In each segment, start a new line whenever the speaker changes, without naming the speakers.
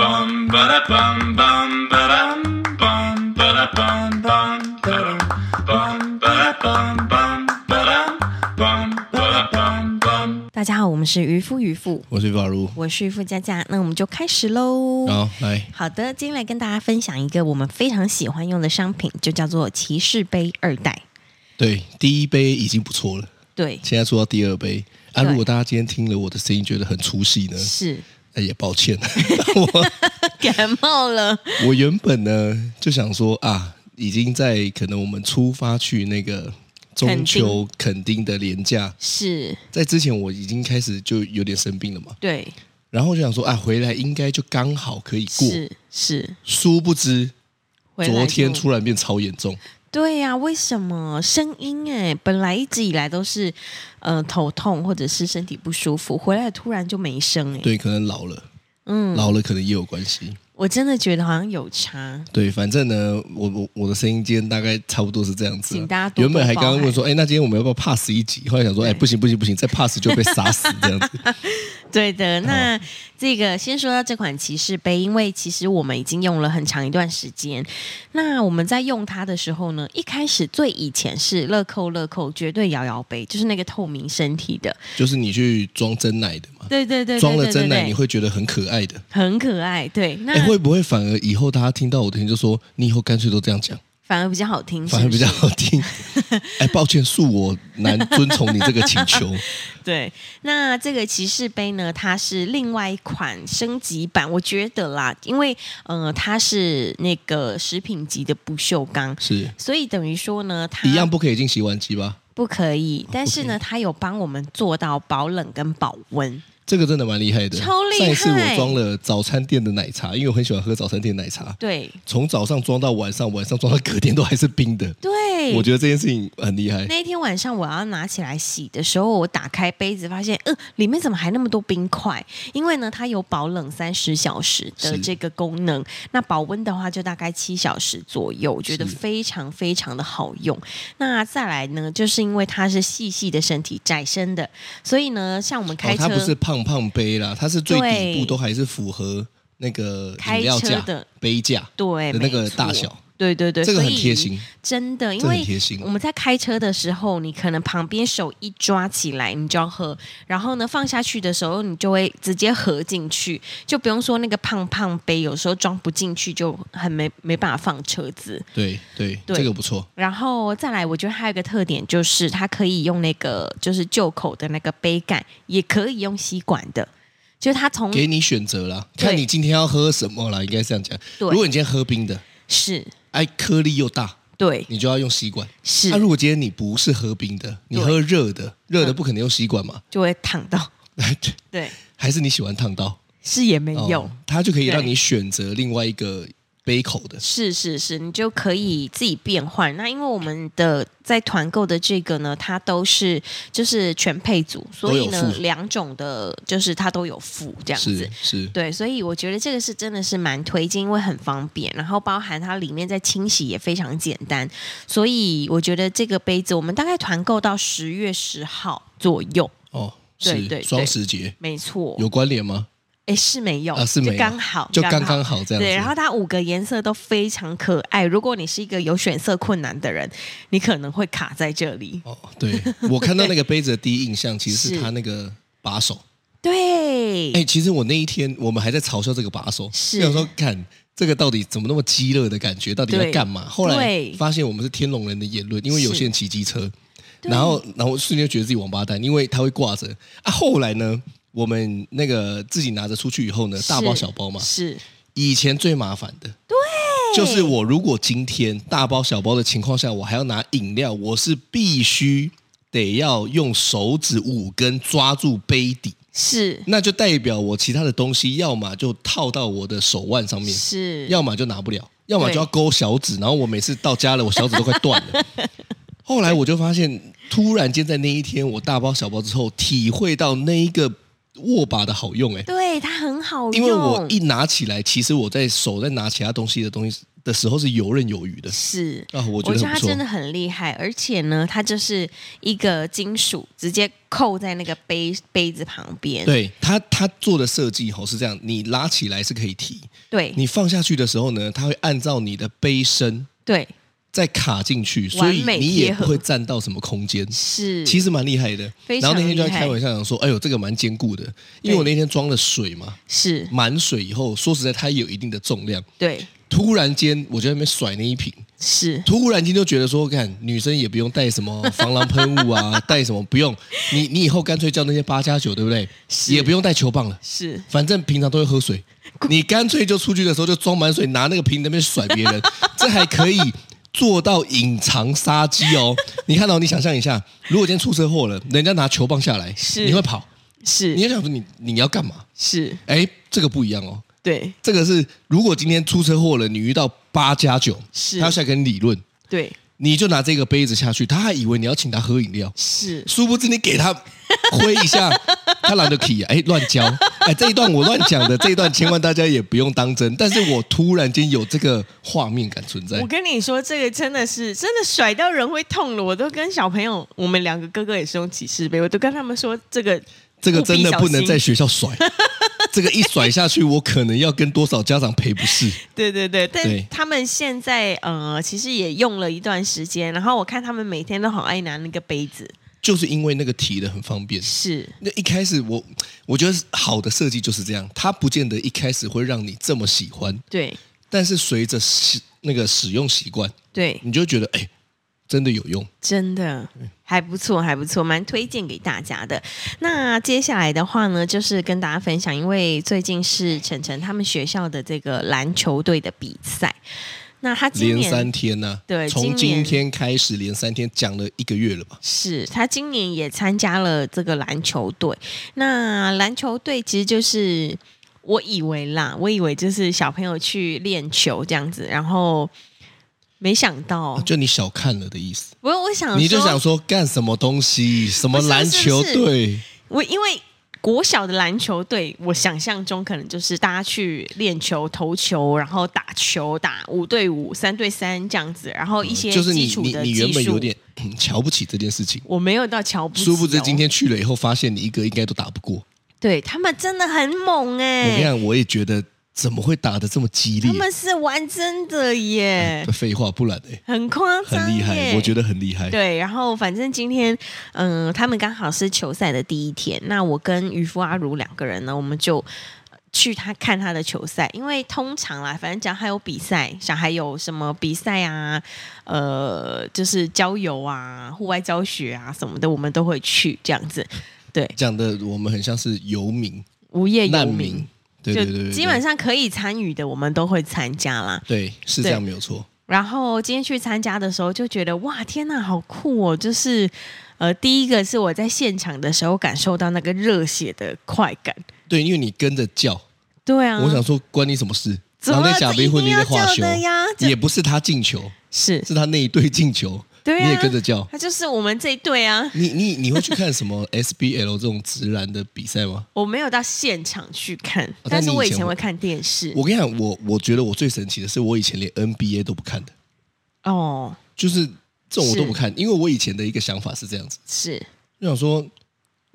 bum ba da bum bum ba dum bum ba da bum bum ba dum bum ba da bum bum ba dum bum ba da bum bum.
大家好，我们是渔夫渔妇，
我是法如，
我是渔夫佳佳，那我们就开始喽。
然后来
好的，今天来跟大家分享一个我们非常喜欢用的商品，就叫做骑士杯二代。
对第一杯已经不错了，
对，
现在做到第二杯啊！
对
如果大家今天听了我的声音觉得很出戏呢，
是
哎也抱歉， 我
感冒了，
我原本呢就想说啊，已经在可能我们出发去那个中秋垦丁的廉价，
是
在之前我已经开始就有点生病了嘛，
对，
然后就想说啊，回来应该就刚好可以过，
是是。
殊不知
回来
昨
就
天突然变超严重，
对呀、为什么声音？哎，本来一直以来都是呃头痛或者是身体不舒服，回来突然就没声哎。
对，可能老了，
嗯，
老了可能也有关系。
我真的觉得好像有差。
对，反正呢，我我我的声音今天大概差不多是这样子啊。
请大家多多
原本还刚
包
刚
涵
问说，哎，那今天我们要不要 pass 一集？后来想说，哎，
对
不行不行不行，再 pass 就被杀死这样 子。
对的，那这个先说到这款骑士杯，因为其实我们已经用了很长一段时间。那我们在用它的时候呢，一开始最以前是乐扣乐扣绝对摇摇杯，就是那个透明身体的，
就是你去装真奶的嘛，
对对对，对
装了
对
真
对
奶
对
你会觉得很可爱的。
很可爱，对，那
哎，会不会反而以后大家听到我的音就说，你以后干脆都这样讲，
反而比较好听，
反
是
而
不
比
是
较好听？ 哎，抱歉，恕我难遵从你这个 请求。
对，那这个骑士杯呢，它是另外一款升级版，我觉得啦，因为呃，它是那个食品级的不锈钢，
是
所以等于说呢，它
一样不可以进洗碗机吧？
不可以，但是呢，它有帮我们做到保冷跟保温，
这个真的蛮厉害的，
超厉害
上一次我装了早餐店的奶茶，因为我很喜欢喝早餐店奶茶。
对
从早上装到晚上，晚上装到隔天都还是冰的。
对，
我觉得这件事情很厉害。
那一天晚上我要拿起来洗的时候，我打开杯子发现，嗯，里面怎么还那么多冰块？因为呢，它有保冷三十小时的
是
这个功能，那保温的话就大概七小时左右，我觉得
是
非常非常的好用。那再来呢，就是因为它是细细的身体窄身的，所以呢，像我们
哦
开，车、
它不是胖胖杯啦，它是最
对
底部都还是符合那个饮料
开
架
车的
杯架
对
的那个
没错
大小，
对对对，
这个很
所以
贴心，
真的，因
这很
为
贴心
我们在开车的时候，你可能旁边手一抓起来，你就要喝，然后呢放下去的时候，你就会直接合进去，就不用说那个胖胖杯有时候装不进去，就很没没办法放车子。
对对，
对
这个不错。
然后再来，我觉得还有一个特点就是，它可以用那个就是旧口的那个杯盖，也可以用吸管的，就是它从
给你选择啦，
对
看你今天要喝什么啦，应该是这样讲。
对
如果你今天喝冰的，
是
哎，颗粒又大，
对
你就要用吸管。
是
那、啊如果今天你不是喝冰的，你
对嗯
喝热的，热的不可能用吸管嘛，
就会烫到，对，
还是你喜欢烫到？
是也没有。
哦它就可以让
对
你选择另外一个杯口的。
是是是，你就可以自己变换。那因为我们的在团购的这个呢，它都是就是全配组，所以
都
呢
有，附
两种的就是它都有附这样子
是。是，
对，所以我觉得这个是真的是蛮推荐，因为很方便，然后包含它里面在清洗也非常简单，所以我觉得这个杯子我们大概团购到十月十号左右，
哦，
对对
是
对
双十节
没错，
有关联吗？
哎是没有
啊是没有
就刚好
就刚刚好这样子。
对，然后它五个颜色都非常可爱。如果你是一个有选色困难的人，你可能会卡在这里。
哦，对我看到那个杯子的第一印象其实
是
是它那个把手。
对，
哎，其实我那一天我们还在嘲笑这个把手，
是
我想说看。这个到底怎么那么激烈的感觉？到底
对
要干嘛？后来
对
发现我们是天龙人的言论，因为有些人骑机车，
对
然后然后瞬间觉得自己王八蛋，因为他会挂着啊。后来呢，我们那个自己拿着出去以后呢，大包
是
小包嘛，
是
以前最麻烦的，对，就是我如果今天大包小包的情况下，我还要拿饮料，我是必须得要用手指五根抓住杯底，
是
那就代表我其他的东西要么就套到我的手腕上面，
是，
要么就拿不了，要么就要勾小指，然后我每次到家了，我小指都快断 了。后来我就发现，突然间在那一天我大包小包之后，体会到那一个握把的好用、欸，哎，
对它很好用，
因为我一拿起来，其实我在手在拿其他东西的东西的时候是游刃有余的
是，
啊，我
我
觉得很
它
不错
真。的很厉害，而且呢，它就是一个金属直接扣在那个杯杯子旁边，
对它，它做的设计吼是这样，你拉起来是可以提，
对
你放下去的时候呢，它会按照你的杯身
对
再卡进去，所
完
以
美
你
贴
也不
合
会占到什么空间。
是，
其实蛮厉害的。
非
然
常
后那天就在
厉害
开玩笑讲说：“哎呦，这个蛮坚固的，因为我那天装了水嘛，
是
满水以后，说实在它也有一定的重量。
对
突然间，我就在那边甩那一瓶，
是
突然间就觉得说，看女生也不用带什么防狼喷雾啊， 带什么不用，你你以后干脆叫那些八加九，对不对？
是
也不用带球棒了。”
是
反正平常都会 喝水，你干脆就出去的时候就装满水，拿那个瓶在那边甩别 人，这还可以做到隐藏杀机哦。你看到、你想象一下，如果今天出车祸了，人家拿球棒下来，
是
你会跑，你
是
会想说你你要干嘛？
是，
哎，这个不一样哦。
对
这个是如果今天出车祸了，你遇到八加九，
是
他要下来跟你理论，
对
你就拿这个杯子下去，他还以为你要请他喝饮料，
是
殊不知你给他挥一下，他懒得起，哎，乱教，哎，这一段我乱讲的，这一段千万大家也不用当真。但是我突然间有这个画面感存在
我，跟你说，这个真的是真的甩到人会痛了。我都跟小朋友，我们两个哥哥也是用起士杯，我都跟他们说，这个
这个真的不能在
务必小心
学校甩，这个一甩下去，我可能要跟多少家长赔不是。
对对对，但
对
他们现在呃，其实也用了一段时间，然后我看他们每天都好爱拿那个杯子，
就是因为那个提的很方便。
是
那一开始我我觉得好的设计就是这样，它不见得一开始会让你这么喜欢，
对
但是随着使那个使用习惯，
对，
你就觉得哎，真的有用。
真的还不错，还不错，蛮推荐给大家的。
那接下来的话呢，就是跟大家分享，因为最近是晨晨他们学校的这个篮球队的比赛，那他今
连
年
三天呢、
对
从
今
今
年
天开始连三天，讲了一个月了吧？
是他今年也参加了这个篮球队。那篮球队其实就是我以为啦，我以为就是小朋友去练球这样子，然后没想到，
哦就你小看了的意思，
不是我想
你就想说干什么东西？什么
不是
篮球
嗯是不
队？
我因为国小的篮球队，我想象中可能就是大家去练球、投球，然后打球、打五对五、三对三这样子，然后一些
嗯就是你
基础
你
的
你
技术。
原本有点嗯瞧不起这件事情，
我没有到瞧不起、哦，
殊不知今天去了以后，发现你一个应该都打不过。
对他们真的很猛
我跟你
哎、
讲，我也觉得怎么会打得这么激烈
他？们是玩真的耶，
废话，不然哎、
很夸张
很厉害，
耶，
我觉得很厉害。
对，然后反正今天，嗯、他们刚好是球赛的第一天，那我跟渔夫阿如两个人呢，我们就呃去他看他的球赛，因为通常啦，反正只要还有比赛，小孩有什么比赛啊，呃，就是郊游啊、户外教学啊什么的，我们都会去这样子。
讲的我们很像是游民、
无业哎游
难
民
民，，对对对对
就
对，
基本上可以参与的，我们都会参加啦。
对是这样没有错。
然后今天去参加的时候就觉得哇，天呐，好酷哦！就是呃，第一个是我在现场的时候感受到那个热血的快感。
对，因为你跟着叫，
对啊，
我想说关你什么事？
怎
然
么
后那假杯婚礼
这一定
的话球
要叫的呀这
也不是他进球，
是
是他那一队进球，
对啊
你也跟着叫。
他就是我们这一队啊。
你你你会去看什么 SBL 这种直男的比赛吗？
我没有到现场去看，
哦
但
但
是
你
我以
以前
前
会
会看电视。
我跟你讲，我我觉得我最神奇的是，我以前连 NBA 都不看的，
哦，
就是这种我都
是
不看，因为我以前的一个想法是这样子，
是
就想说，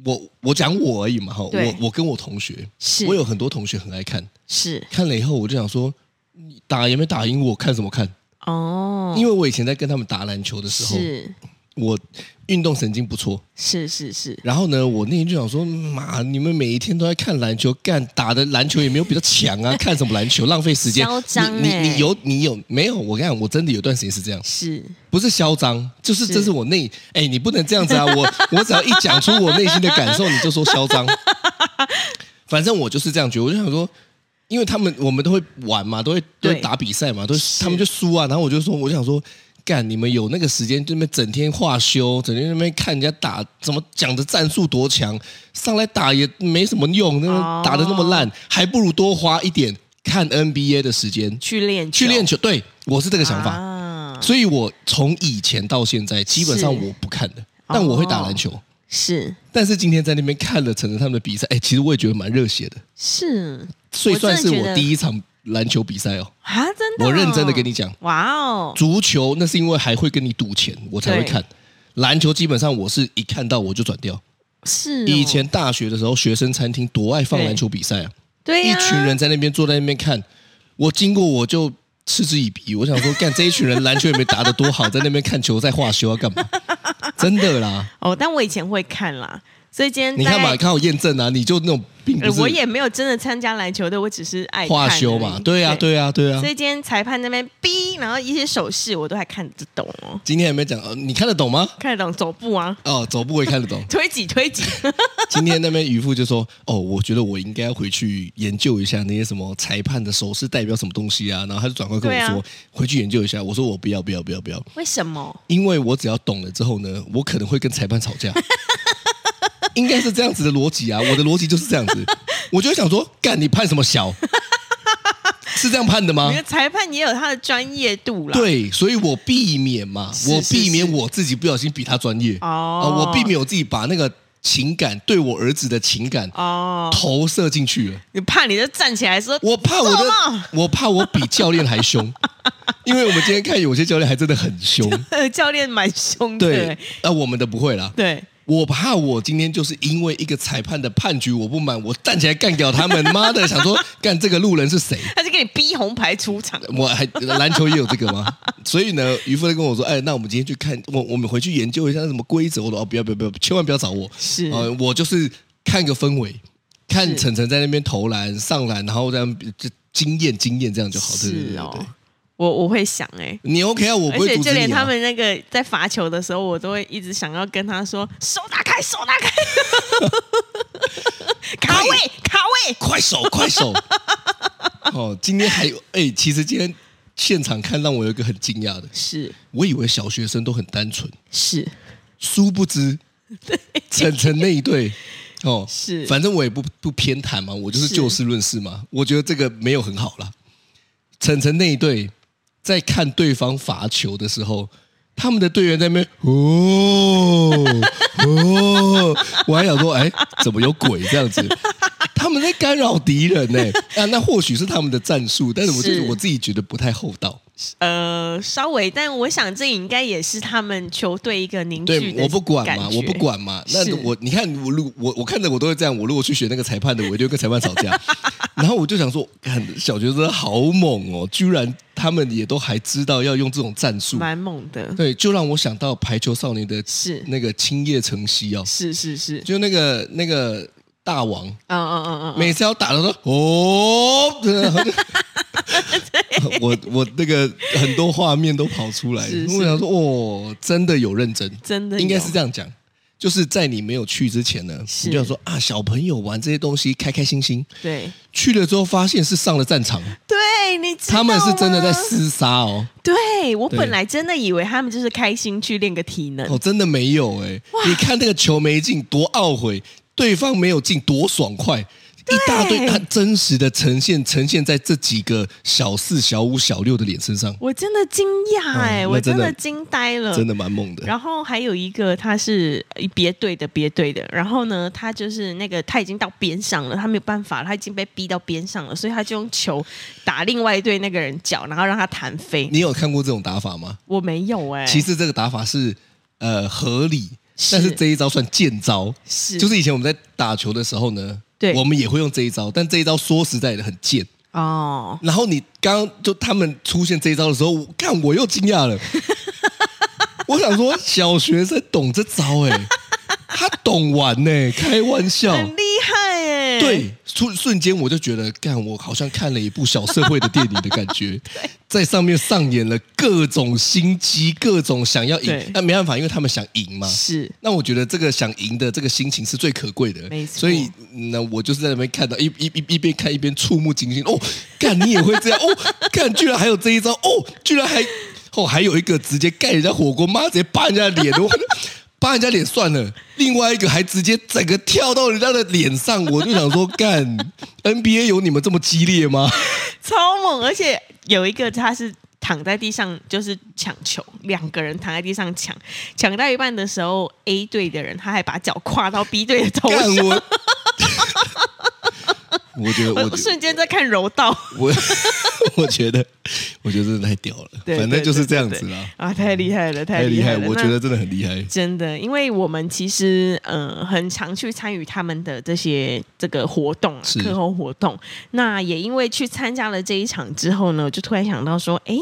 我我讲我而已嘛哈，
对
我我跟我同学，
是
我有很多同学很爱看，
是
看了以后我就想说，你打也没打赢我，看什么看？
哦，
因为我以前在跟他们打篮球的时候，
是
我运动神经不错，
是是是
然后呢，我那天就想说，嗯妈，你们每一天都在看篮球，干打的篮球也没有比较强啊，看什么篮球，浪费时 间。
嚣张
你
欸
你你有你有没有？我跟你讲，我真的有段时间是这样，
是
不是嚣张，就是
是
这是我内，哎，你不能这样子啊！我我只要一讲出我内心的感受，你就说嚣 张。反正我就是这样觉得，我就想说。因为他们我们都会玩嘛，都会都会
对
打比赛嘛，都会他们就输啊，然后我就说，我就想说，干你们有那个时间，这边整天画修，整天那边看人家打，怎么讲的战术多强，上来打也没什么用，那
哦
么打的那么烂，还不如多花一点看 NBA 的时间
去练
去练
球
球。对我是这个想法，
啊，
所以我从以前到现在，基本上
是哦
我不看的，但我会打篮球。
是
但是今天在那边看了陈晨他们的比赛，哎，其实我也觉得蛮热血的。
是
所以算是
我真的觉得
我第一场篮球比赛哦，
啊，真的哦、
我认真的跟你讲，
哇哦，
足球那是因为还会跟你赌钱，我才会
对
看。篮球基本上我是一看到我就转掉。
是哦
以前大学的时候，学生餐厅多爱放
对
篮球比赛啊，
对
一
呀、
群人在那边坐在那边看，我经过我就嗤之以鼻，我想说，干这一群人篮球也没打得多好，在那边看球赛画休要 干嘛？真的啦，
哦，但我以前会看啦，所以今天
你看
大
嘛，
概
看我验证啊，你就那种并
呃
不
我
是
也没有真的参加篮球队，我只是爱
画
看
休
而
嘛，
已
对啊，对啊，对啊
所。以今天裁判那边逼，然后一些手势我都还看得懂哦，
今天还没讲，呃，你看得懂吗？
看得懂走步啊，。
哦，走步也看得懂
推挤推 挤，
今天那边渔夫就说：“哦，我觉得我应该回去研究一下那些什么裁判的手势代表什么东西啊。”然后他就转过来跟我说：“
啊
回去研究一下。”我说：“我不要，不要，不要，不要，
为什么？
因为我只要懂了之后呢，我可能会跟裁判吵架。 应该是这样子的逻辑啊，我的逻辑就是这样子。我就会想说，干你判什么小？是这样判的吗
因？为裁判也有他的专业度啦。，
对，所以我避免嘛，
是
我
是
避免
是
我自己不小心比他专业
哦
啊我避免我自己把那个情感对我儿子的情感
哦，
投射进去了。
你怕你就站起来说，
我怕我
做梦
的，我怕我比教练还凶，因为我们今天看有些教练还真的很 凶。
呃，教练蛮凶的，
对，那、我们的不会啦。
对
我怕我今天就是因为一个裁判的判决我不满，我站起来干掉他们。妈的，想说干这个路人是谁？
他就给你逼红牌出场。
我还篮球也有这个 吗？所以呢，渔夫在跟我说：“哎，那我们今天去看，我我们回去研究一下那什么规则。”我说：“哦，不要不要不要，千万不要找我。
是
呃，我就是看个氛围，看
是
晨晨在那边投篮、上篮，然后这样就惊艳惊艳，这样就好。对对对
是
对
哦
对，
我我会想哎、
你 OK 啊？我不
而
会
且
阻
就
止
连
你、
他
啊。
们那个在罚球的时候，我都会一直想要跟他说：“手打开，手打 开，卡位，
哎
卡位。
快手，快手！哦，今天还有哎，其实今天现场看让我有一个很惊讶的，
是”
我以为小学生都很单纯，
是是
殊不知晨晨那一队。哦，
是
反正我也不不偏袒嘛，我就是
是
就事论事嘛。我觉得这个没有很好啦。晨晨那一队在看对方罚球的时候，他们的队员在那边哦哦，我还想说，哎，怎么有鬼这样子？他们在干扰敌人呢、啊，那或许是他们的战术，但是我就是
是
我自己觉得不太厚道。
呃，稍微，但我想这应该也是他们球队一个凝聚
对，
的
我不管
感
嘛，
觉
我不。管嘛。
是
那我你看，我如我我看着我都会这样。我如果去学那个裁判的，我一定会跟裁判吵 架。然后我就想说，看小学生好猛哦，居然他们也都还知道要用这种战术。
蛮猛的，
对，就让我想到排球少年的
是
那个青叶晨曦哦，
是是是，
就那个那个大王，
嗯嗯嗯嗯，
每次要打的时候，哦，然 后就我我那个很多画面都跑出来，
是是
我想说，哦，真的有认真，
真的有
应该是这样讲，就是在你没有去之前呢，
是
你就想说啊，小朋友玩这些东西开开心心，
对
去了之后发现是上了战场，
对，你知道
他们是真的在
吗
厮杀哦，
对我
对
本来真的以为他们就是开心去练个体能，
哦，真的没有哎、你看那个球没进，多懊悔；对方没有进，多爽快。一大堆，他真实的呈现，呈现在这几个小四、小五、小六的脸身上，
我真的惊讶哎、
哦那
我
真
真
的
的惊呆了，
真的蛮猛 的。
嗯然后还有一个，他是呃别队的，别队的。然后呢，他就是那个他已经到边上了，他没有办法，他已经被逼到边上了，所以他就用球打另外一队那个人脚，然后让他弹飞。
你有看过这种打法吗？
我没有哎、
其实这个打法是呃合理，
是
但是这一招算贱招，
是
就是以前我们在打球的时候呢，
对
我们也会用这一招，但这一招说实在的很贱。
哦，
然后你刚刚就他们出现这一招的时候，我看我又惊 讶了，我想说小学生懂这招哎、他懂玩呢、开玩笑。
很厉害哎、，
对，瞬瞬间我就觉得，干，我好像看了一部小社会的电影的感 觉，在上面上演了各种心机，各种想要赢
对，
但没办法，因为他们想赢嘛。
是
那我觉得这个想赢的这个心情是最可贵的，
没错
所以嗯那我就是在那边看到一一一一边看一边触目惊心。哦，干你也会这样？哦，干居然还有这一招？哦，居然还哦还有一个直接盖人家火锅，妈直接扒人家脸，我 扒人家脸算了，另外一个还直接整个跳到人家的脸上，我就想说，干 NBA 有你们这么激烈吗？
超猛，而且有一个他是。躺在地上就是抢球，两个人躺在地上抢，抢到一半的时候，A 队的人他还把脚跨到 B 队的头
干
上，
我，我觉得我
我
觉得
瞬间在看柔道。
我 我觉得，我觉得真的太屌了。
对
反正就是这样
对
子
对对
啦，
啊，太厉害了，
嗯太
厉
害！
了。
我
那
觉得真的很厉害。
真的，因为我们其实呃很常去参与他们的这些这个活动啊
是，
课后活动。那也因为去参加了这一场之后呢，我就突然想到说，诶，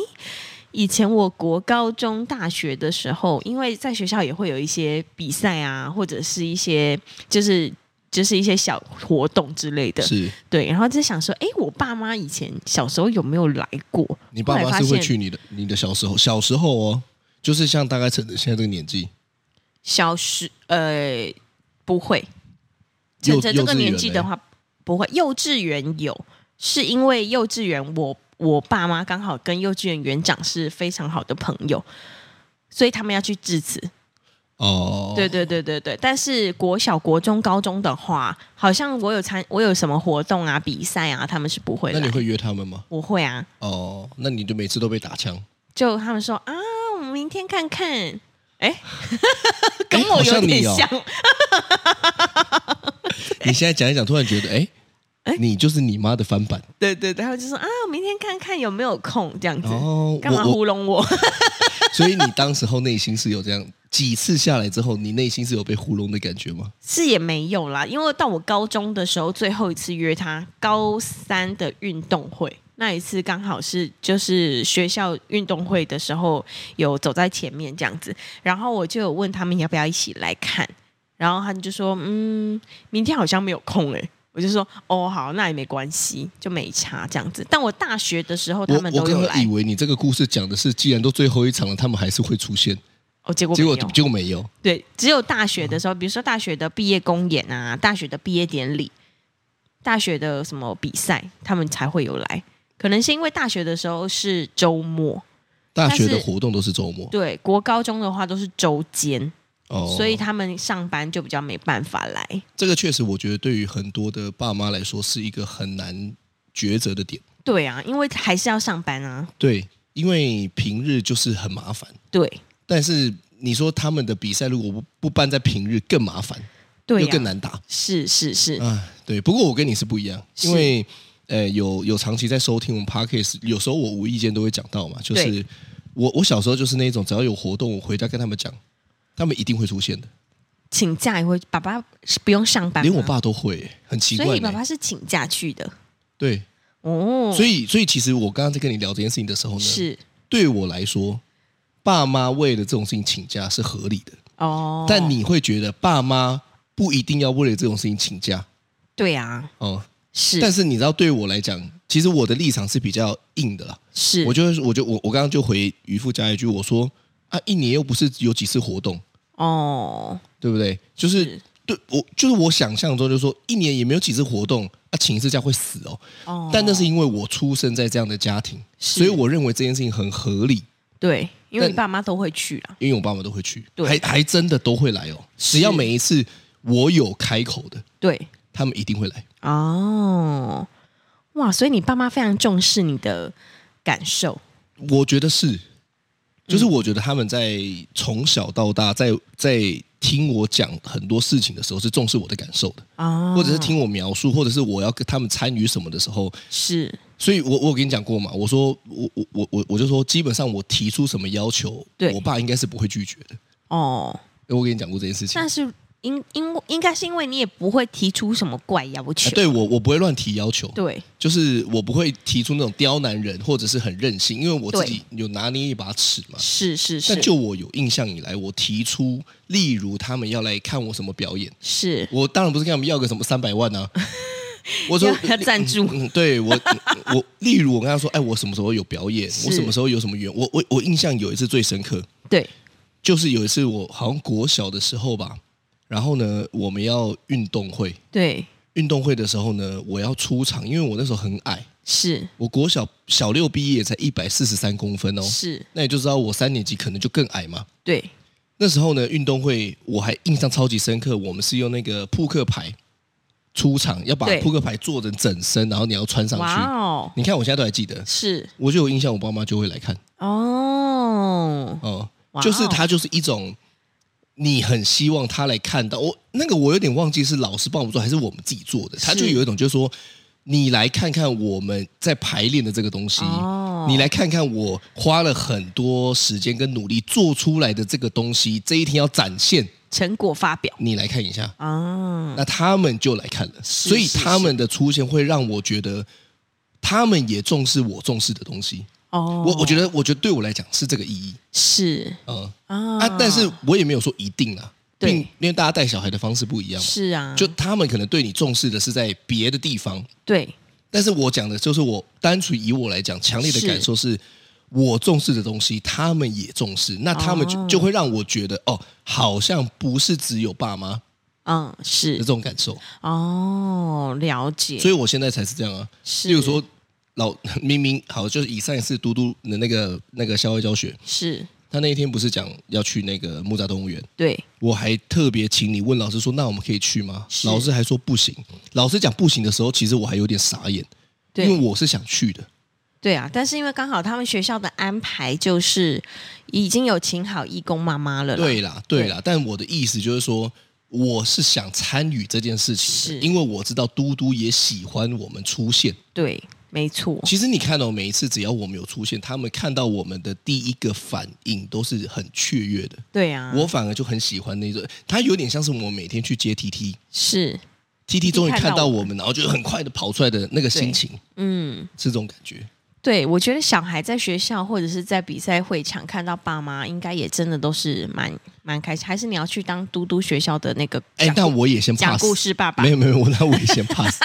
以前我国高中、大学的时候，因为在学校也会有一些比赛啊，或者是一些就是就是一些小活动之类的，
是
对。然后就想说，诶，我爸妈以前小时候有没有来过？
你爸
后来
妈
发
是会
现
去你的你的小时候小时候哦，就是像大概成现在这个年纪，
小时呃不会，
幼
晨晨这
幼
个
稚
年
园
纪
嘞
的话不会。幼稚园有，是因为幼稚园我我爸妈刚好跟幼稚园园长是非常好的朋友，所以他们要去致辞。
哦，
对对对对对。但是国小、国中、高中的话，好像我有参我有什么活动啊、比赛啊，他们是不会
那
来
你。会约他们吗？
不会啊，
哦，那你就每次都被打枪。
就他们说啊，我们明天看看。哎，
哎
跟
好
我有
像你
点
哦
像，
你现在讲一讲，突然觉得，哎、你就是你妈的翻版。
对对，对，然后就说啊，明天看看有没有空这样子。
哦
干嘛
我我
糊弄我？
所以你当时候内心是有这样几次下来之后，你内心是有被糊弄的感觉吗？
是也没有啦，因为到我高中的时候，最后一次约他高三的运动会。那一次刚好是就是学校运动会的时候有走在前面这样子，然后我就有问他们要不要一起来看，然后他们就说嗯，明天好像没有空诶、我就说哦好，那也没关系，就没差这样子。但我大学的时候
我
哦他们
我
都有
刚刚
来
以，为你这个故事讲的是，既然都最后一场了，他们还是会出现，
哦结果
结果
没有
结果没有。
对，只有大学的时候，比如说大学的毕业公演啊，大学的毕业典礼，大学的什么比赛，他们才会有来。可能是因为大学的时候是周末，
大学的
但是
活动都是周末
对，国高中的话都是周间，
哦，
所以他们上班就比较没办法来。
这个确实，我觉得对于很多的爸妈来说是一个很难抉择的点。
对啊，因为还是要上班啊。
对，因为平日就是很麻烦，
对，
但是你说他们的比赛如果不不办在平日更麻烦，
对
又更
啊，
难打。
是是是，
啊，对，不过我跟你是不一样，因为呃，有有长期在收听我们 podcast，有时候我无意间都会讲到嘛，就是
对
我我小时候就是那种，只要有活动，我回家跟他们讲，他们一定会出现的，
请假也会，爸爸是不用上班，
连我，爸都会、欸很奇怪、
啊所以
欸。
爸爸是请假去的。
对，
哦，
所以所以其实我刚刚在跟你聊这件事情的时候呢，
是
对我来说，爸妈为了这种事情请假是合理的，
哦，
但你会觉得爸妈不一定要为了这种事情请假
对啊，
哦、
是，
但是你知道，对我来讲，其实我的立场是比较硬的啦。
是
我就会我就我我刚刚就回渔夫加一句，我说啊，一年又不是有几次活动，
哦，
对不对？就是
是
对我就是我想象中，就是说一年也没有几次活动，啊，请一次假会死哦。
哦，
但那是因为我出生在这样的家庭，所以我认为这件事情很合理，
对，因为
但
你爸妈都会去啊啦。
因为我爸妈都会去，
对
还还真的都会来哦。只要每一次我有开口的，
对，
他们一定会来。
哦，哇，所以你爸妈非常重视你的感受，
我觉得
嗯
是，就是我觉得他们在从小到大，在在听我讲很多事情的时候，是重视我的感受的，
哦，
或者是听我描述，或者是我要跟他们参与什么的时候，
是，
所以我我有跟你讲过嘛，我说我我我我我就说，基本上我提出什么要求，
对
我爸应该是不会拒绝的。
哦，
我跟你讲过这件事情，
但是因因应该是因为你也不会提出什么怪要求，
啊对我我不会乱提要求，
对
就是我不会提出那种刁难人或者是很任性，因为我自己有拿捏一把尺嘛。
是是
但
是，
就我有印象以来，我提出，例如他们要来看我什么表演，
是
我当然不是跟他们要个什么三百 万啊，我说
要要赞助
嗯嗯对我嗯 我，例如我跟他说，哎，我什么时候有表演，
是
我什么时候有什么演，我我我印象有一次最深刻，
对
就是有一次我好像国小的时候吧，然后呢，我们要运动会，
对
运动会的时候呢，我要出场，因为我那时候很矮，
是
我国小小六毕业才一百四十三公分哦，
是，
那你就知道我三年级可能就更矮嘛。
对
那时候呢，运动会我还印象超级深刻，我们是用那个扑克牌出场，要把
对
扑克牌做成整身，然后你要穿上
哇
去。
哦，
你看我现在都还记得，
是
我就有印象，我爸妈就会来看
哦，
哦、
哇哦
就是他就是一种你很希望哦他来看到我那个，我有点忘记是老师帮我们做还是我们自己做的，他
是
就有一种就是说你来看看我们在排练的这个东西，
哦
你来看看我花了很多时间跟努力做出来的这个东西，这一天要展现，
成果发表
你来看一下。
啊，
那他们就来看了，所以
是
他们的出现会让我觉得，他们也重视我重视的东西。
哦，
我我觉得，我觉得对我来讲是这个意义。
是
嗯
啊
啊，但是我也没有说一定啊，
对
并因为大家带小孩的方式不一样嘛，
是啊，
就他们可能对你重视的是在别的地方，
对
但是我讲的就是我单纯以我来讲，强烈的
是
感受是我重视的东西，他们也重视，那他们就、
哦
就会让我觉得哦，好像不是只有爸妈
嗯
的
是
这种感受，
哦，了解，
所以我现在才是这样啊。
是
例如说，老 明明好，就是以上一次嘟嘟的那个那个校外教学，
是
他那一天不是讲要去那个木栅动物园，
对
我还特别请你问老师说，那我们可以去吗？
是
老师还说不行。老师讲不行的时候，其实我还有点傻眼，因
对
为我是想去的。
对啊，但是因为刚好他们学校的安排就是已经有请好义工妈妈了，，
对啦，对啦，但我的意思就是说。我是想参与这件事情的，
是哦
因为我知道嘟嘟也喜欢我们出现。
对，没错，
其实你看到、每一次只要我们有出现，他们看到我们的第一个反应都是很雀跃的。
对啊，
我反而就很喜欢那种，它有点像是我们每天去接 TT。
是
TT 终于
看到
看到
我
我们，然后就很快的跑出来的那个心情，
嗯，
是这种感觉。
对，我觉得小孩在学校或者是在比赛会场看到爸妈，应该也真的都是蛮蛮开心。还是你要去当嘟嘟学校的那个
哎，
讲
那我也先
讲
pass，
故事爸爸
没？有没有，我那我也先 pass。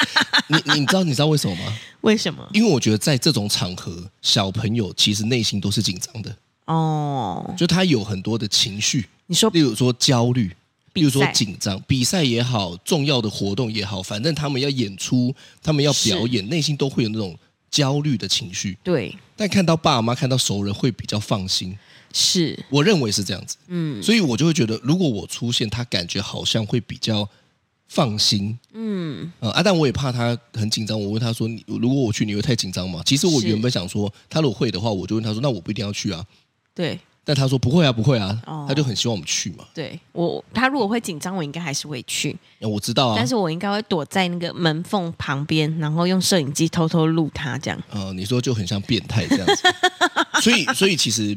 你 你你知道你知道为什么吗？
为什么？
因为我觉得在这种场合，小朋友其实内心都是紧张的，
哦，
就他有很多的情绪，
你说
例如说焦虑，例如说
比赛
紧张，比赛也好，重要的活动也好，反正他们要演出，他们要表演，内心都会有那种焦虑的情绪。
对
但看到爸妈、看到熟人会比较放心，
是
我认为是这样子。
嗯
所以我就会觉得，如果我出现，他感觉好像会比较放心。
嗯
呃、啊，但我也怕他很紧张。我问他说：“你如果我去，你会太紧张吗？”其实我
是
原本想说，他如果会的话，我就问他说：“那我不一定要去啊。
对”
但他说：“不会啊，不会啊。
哦
他就很希望我们去嘛。
对，我他如果会紧张，我应该还是会去，
啊我知道啊。
但是我应该会躲在那个门缝旁边，然后用摄影机偷偷录他这样。
呃，你说就很像变态这 样子。所以，所以其实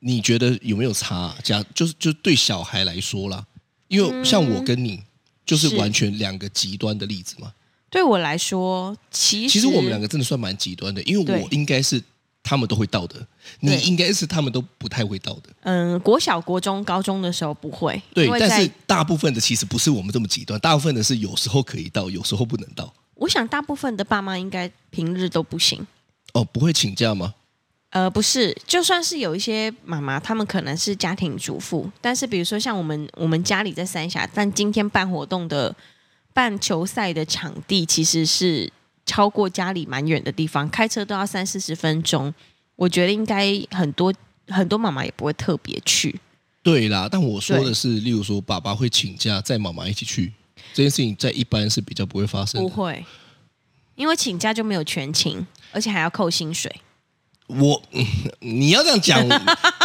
你觉得有没有差、啊？假就是就对小孩来说啦，因为像我跟
嗯
你、就是
是
完全两个极端的例子嘛。
对我来说，其实
其实我们两个真的算蛮极端的，因为
对
我应该是他们都会到的，你
对
应该是他们都不太会到的。
嗯，国小、国中、高中的时候不会，
对
因，为
但
在
是大部分的其实不是我们这么极端，大部分的是有时候可以到，有时候不能到。
我想大部分的爸妈应该平日都不行。
哦，不会请假吗？
呃，不是，就算是有一些妈妈，她们可能是家庭主妇，但是比如说像我们，我们家里在三峡，但今天办活动的办球赛的场地其实是超过家里蛮远的地方，开车都要三四十分钟。我觉得应该很多很多妈妈也不会特别去。
对啦，但我说
对
的是，例如说爸爸会请假，载妈妈一起去，这件事情在一般是比较不会发生
不
的。
会，因为请假就没有全勤，而且还要扣薪水。
我、嗯你要这样讲，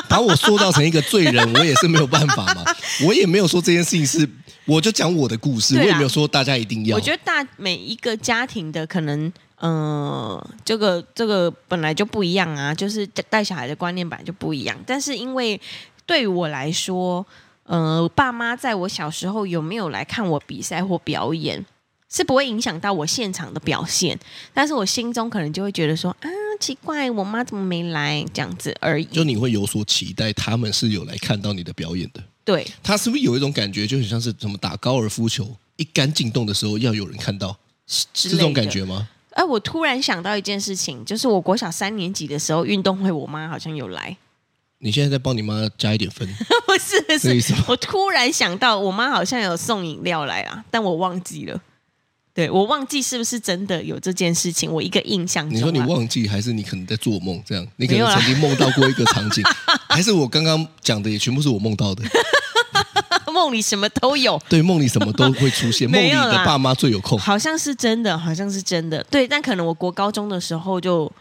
把我塑造成一个罪人，我也是没有办法嘛。我也没有说这件事情是，我就讲我的故事，我
对啦
也没有说大家一定要。
我觉得大每一个家庭的可能，呃，这个这个本来就不一样啊，就是带小孩的观念本来就不一样。但是因为对于我来说，呃，爸妈在我小时候有没有来看我比赛或表演，是不会影响到我现场的表现，但是我心中可能就会觉得说啊，奇怪，我妈怎么没来这样子而已。
就你会有所期待，他们是有来看到你的表演的。
对，
他是不是有一种感觉，就很像是什么打高尔夫球，一杆进洞的时候要有人看到，
是
是这种感觉。吗？
哎，我突然想到一件事情，就是我国小三年级的时候，运动会我妈好像有来。
你现在在帮你妈加一点分，
不是不
这个意
是
思吗，
我突然想到，我妈好像有送饮料来啦，但我忘记了。对我忘记是不是真的有这件事情，我一个印象中啊。
你说你忘记，还是你可能在做梦？这样，你可
没有
能
啦
曾经梦到过一个场 景，还是我刚刚讲的也全部是我梦到的？
梦里什么都有，
对，梦里什么都会 出现，梦
没
里
有啦
的爸妈最有空。
好像是真的，好像是真的。对，但可能我国高中的时候就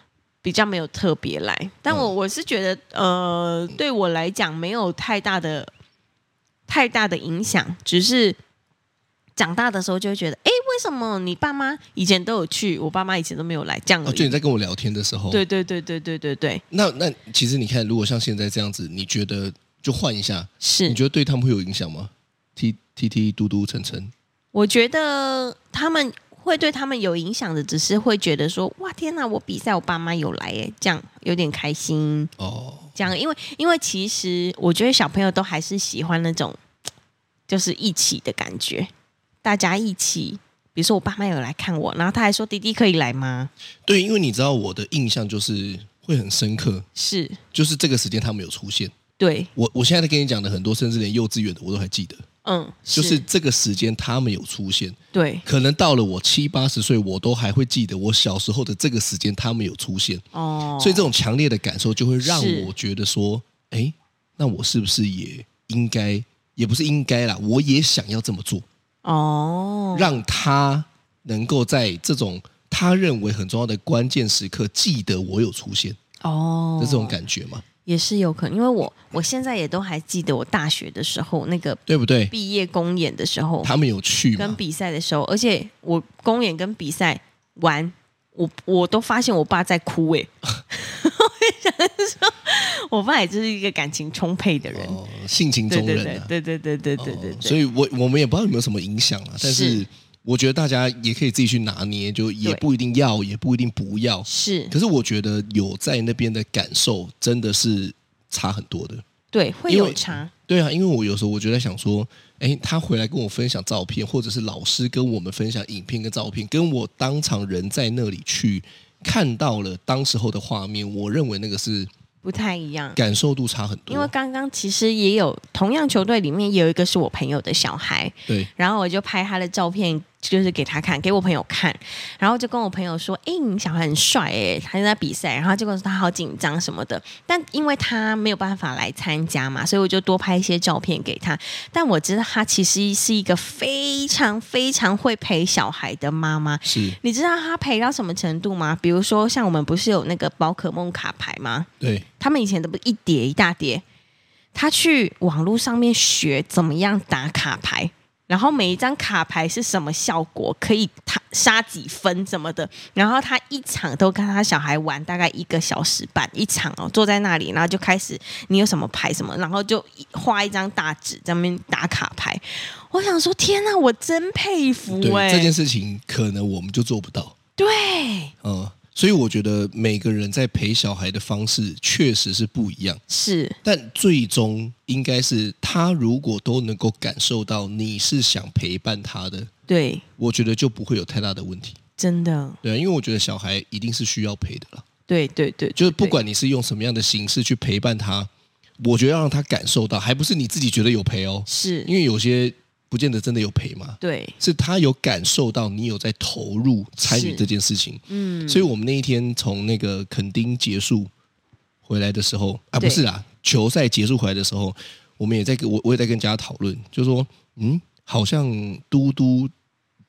比较没有特别来，但
嗯
我、我是觉得，呃，对我来讲没有太大的太大的影响，只是长大的时候就会觉得，哎，为什么你爸妈以前都有去，我爸妈以前都没有来？这样而
哦，
已
就你在跟我聊天的时候，
对对对对对对对，
那那其实你看，如果像现在这样子，你觉得就换一下，
是
你，觉得对他们会有影响吗？T T T 嘟嘟晨晨，
我觉得他们会对他们有影响的，只是会觉得说，哇，天哪，我比赛我爸妈有来耶，这样有点开心。
哦，
这样，因为因为其实我觉得小朋友都还是喜欢那种就是一起的感觉，大家一起。比如说我爸妈有来看我，然后他还说：“弟弟可以来吗
对，因为你知道我的印象就是会很深刻，？”
是，
就是这个时间他们有出现。
对，
我我现在在跟你讲的很多，甚至连幼稚园的我都还记得，
嗯，
就是这个时间他们有出现。
对，
可能到了我七八十岁，我都还会记得我小时候的这个时间他们有出现，
哦，
所以这种强烈的感受就会让
是
我觉得说，哎，那我是不是也应该，也不是应该啦，我也想要这么做，
哦，
让他能够在这种他认为很重要的关键时刻记得我有出现
哦
的，这种感觉嘛，
也是有可能，因为我我现在也都还记得我大学的时候那个
对不对？
毕业公演的时候，
他们有去
跟
嘛？
比赛的时候，而且我公演跟比赛完，我我都发现我爸在哭哎、欸， 我想说，我爸也就是一个感情充沛的人，
哦，性情
对
中
对
人
对
啊，
对对对对对对
哦
对，
所以我我们也不知道有没有什么影响啊，但是
是
我觉得大家也可以自己去拿捏，就也
对
不一定要，也不一定不要。
是
可是我觉得有在那边的感受真的是差很多的。
对会
因为
有差，
对啊，因为我有时候我就在想说，哎，他回来跟我分享照片，或者是老师跟我们分享影片跟照片，跟我当场人在那里去看到了当时候的画面，我认为那个是
不太一样。
感受度差很多。
因为刚刚其实也有同样球队里面也有一个是我朋友的小孩，
对，
然后我就拍他的照片，就是给他看，给我朋友看，然后就跟我朋友说：“诶，你小孩很帅诶，他就在比赛。”然后结果他好紧张什么的，但因为他没有办法来参加嘛，所以我就多拍一些照片给他。但我知道他其实是一个非常非常会陪小孩的妈妈。
是，
你知道他陪到什么程度吗？比如说，像我们不是有那个宝可梦卡牌吗？
对，
他们以前都不是一叠一大叠，他去网络上面学怎么样打卡牌，然后每一张卡牌是什么效果，可以他杀几分什么的，然后他一场都跟他小孩玩大概一个小时半一场哦，坐在那里，然后就开始你有什么牌什么，然后就一画一张大纸在那边打卡牌。我想说，天哪，我真佩服
对
哎、
这件事情，可能我们就做不到。
对，
嗯，所以我觉得每个人在陪小孩的方式确实是不一样，
是
但最终应该是他如果都能够感受到你是想陪伴他的，
对，
我觉得就不会有太大的问题。
真的，
对啊，因为我觉得小孩一定是需要陪的啦，
对对对，
就是
对
不管你是用什么样的形式去陪伴他，我觉得要让他感受到，还不是你自己觉得有陪哦，
是
因，为有些不见得真的有陪嘛，
对，
是他有感受到你有在投入参与
是
这件事情。
嗯，
所以我们那一天从那个垦丁结束回来的时候啊，
对
不是啦，球赛结束回来的时候，我们也在跟我我也在跟大家讨论，就说嗯，好像嘟嘟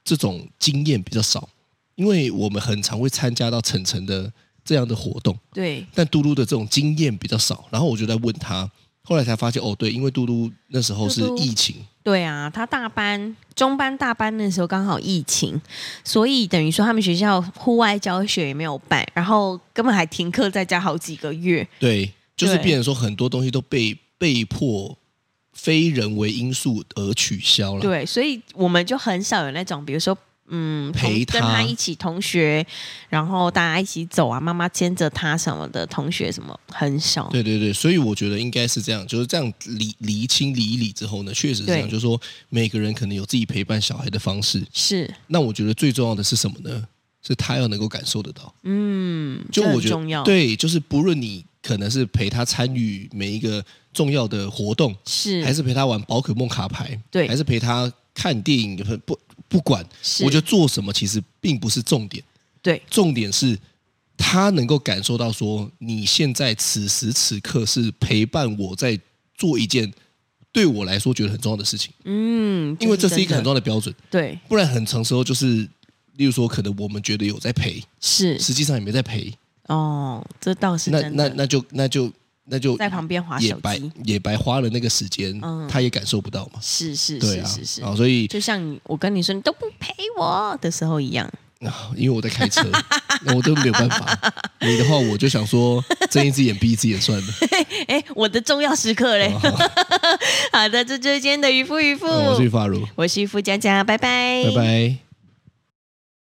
这种经验比较少，因为我们很常会参加到晨晨的这样的活动，
对，
但嘟嘟的这种经验比较少。然后我就在问他，后来才发现哦，对，因为嘟嘟那时候是
嘟嘟
疫情，
对啊，他大班、中班、大班那时候刚好疫情，所以等于说他们学校户外教学也没有办，然后根本还停课在家好几个月。
对，就是
对
变成说很多东西都被被迫非人为因素而取消了。
对，所以我们就很少有那种，比如说。嗯，同
陪
跟
他
他一起同学，然后大家一起走啊，妈妈牵着他什么的，同学什么很少。
对对对，所以我觉得应该是这样，就是这样理理清理一理之后呢，确实是这样，
对
就是说每个人可能有自己陪伴小孩的方式。
是，
那我觉得最重要的是什么呢？是他要能够感受得到。
嗯，
就
这很
我觉
重要，
得，，对，就是不论你可能是陪他参与每一个重要的活动，
是
还是陪他玩宝可梦卡牌，
对
还是陪他看电影，不不不管，
是
我觉得做什么其实并不是重点，
对，
重点是他能够感受到说，你现在此时此刻是陪伴我在做一件对我来说觉得很重要的事情，
嗯，
因为这是一个很
多
重要的标准，
对，
不然很长时候就是，例如说，可能我们觉得有在陪，
是
实际上也没在陪，
哦，这倒是
那
真
那
的，
那就那就那就
在旁边划
也
手
白
机，
也白花了那个时间，
嗯
他也感受不到嘛。
是是
对
是
啊
是，是
啊，，所以
就像你我跟你说你都不陪我的时候一样，
啊， 因为我在开车，那我都没有办法。你的话，我就想说睁一只眼闭一只眼算了。
哎，我的重要时刻嘞。 好的，这就是今天的渔夫渔夫，
哦我是发如，
我是渔夫佳佳，拜拜，
拜拜。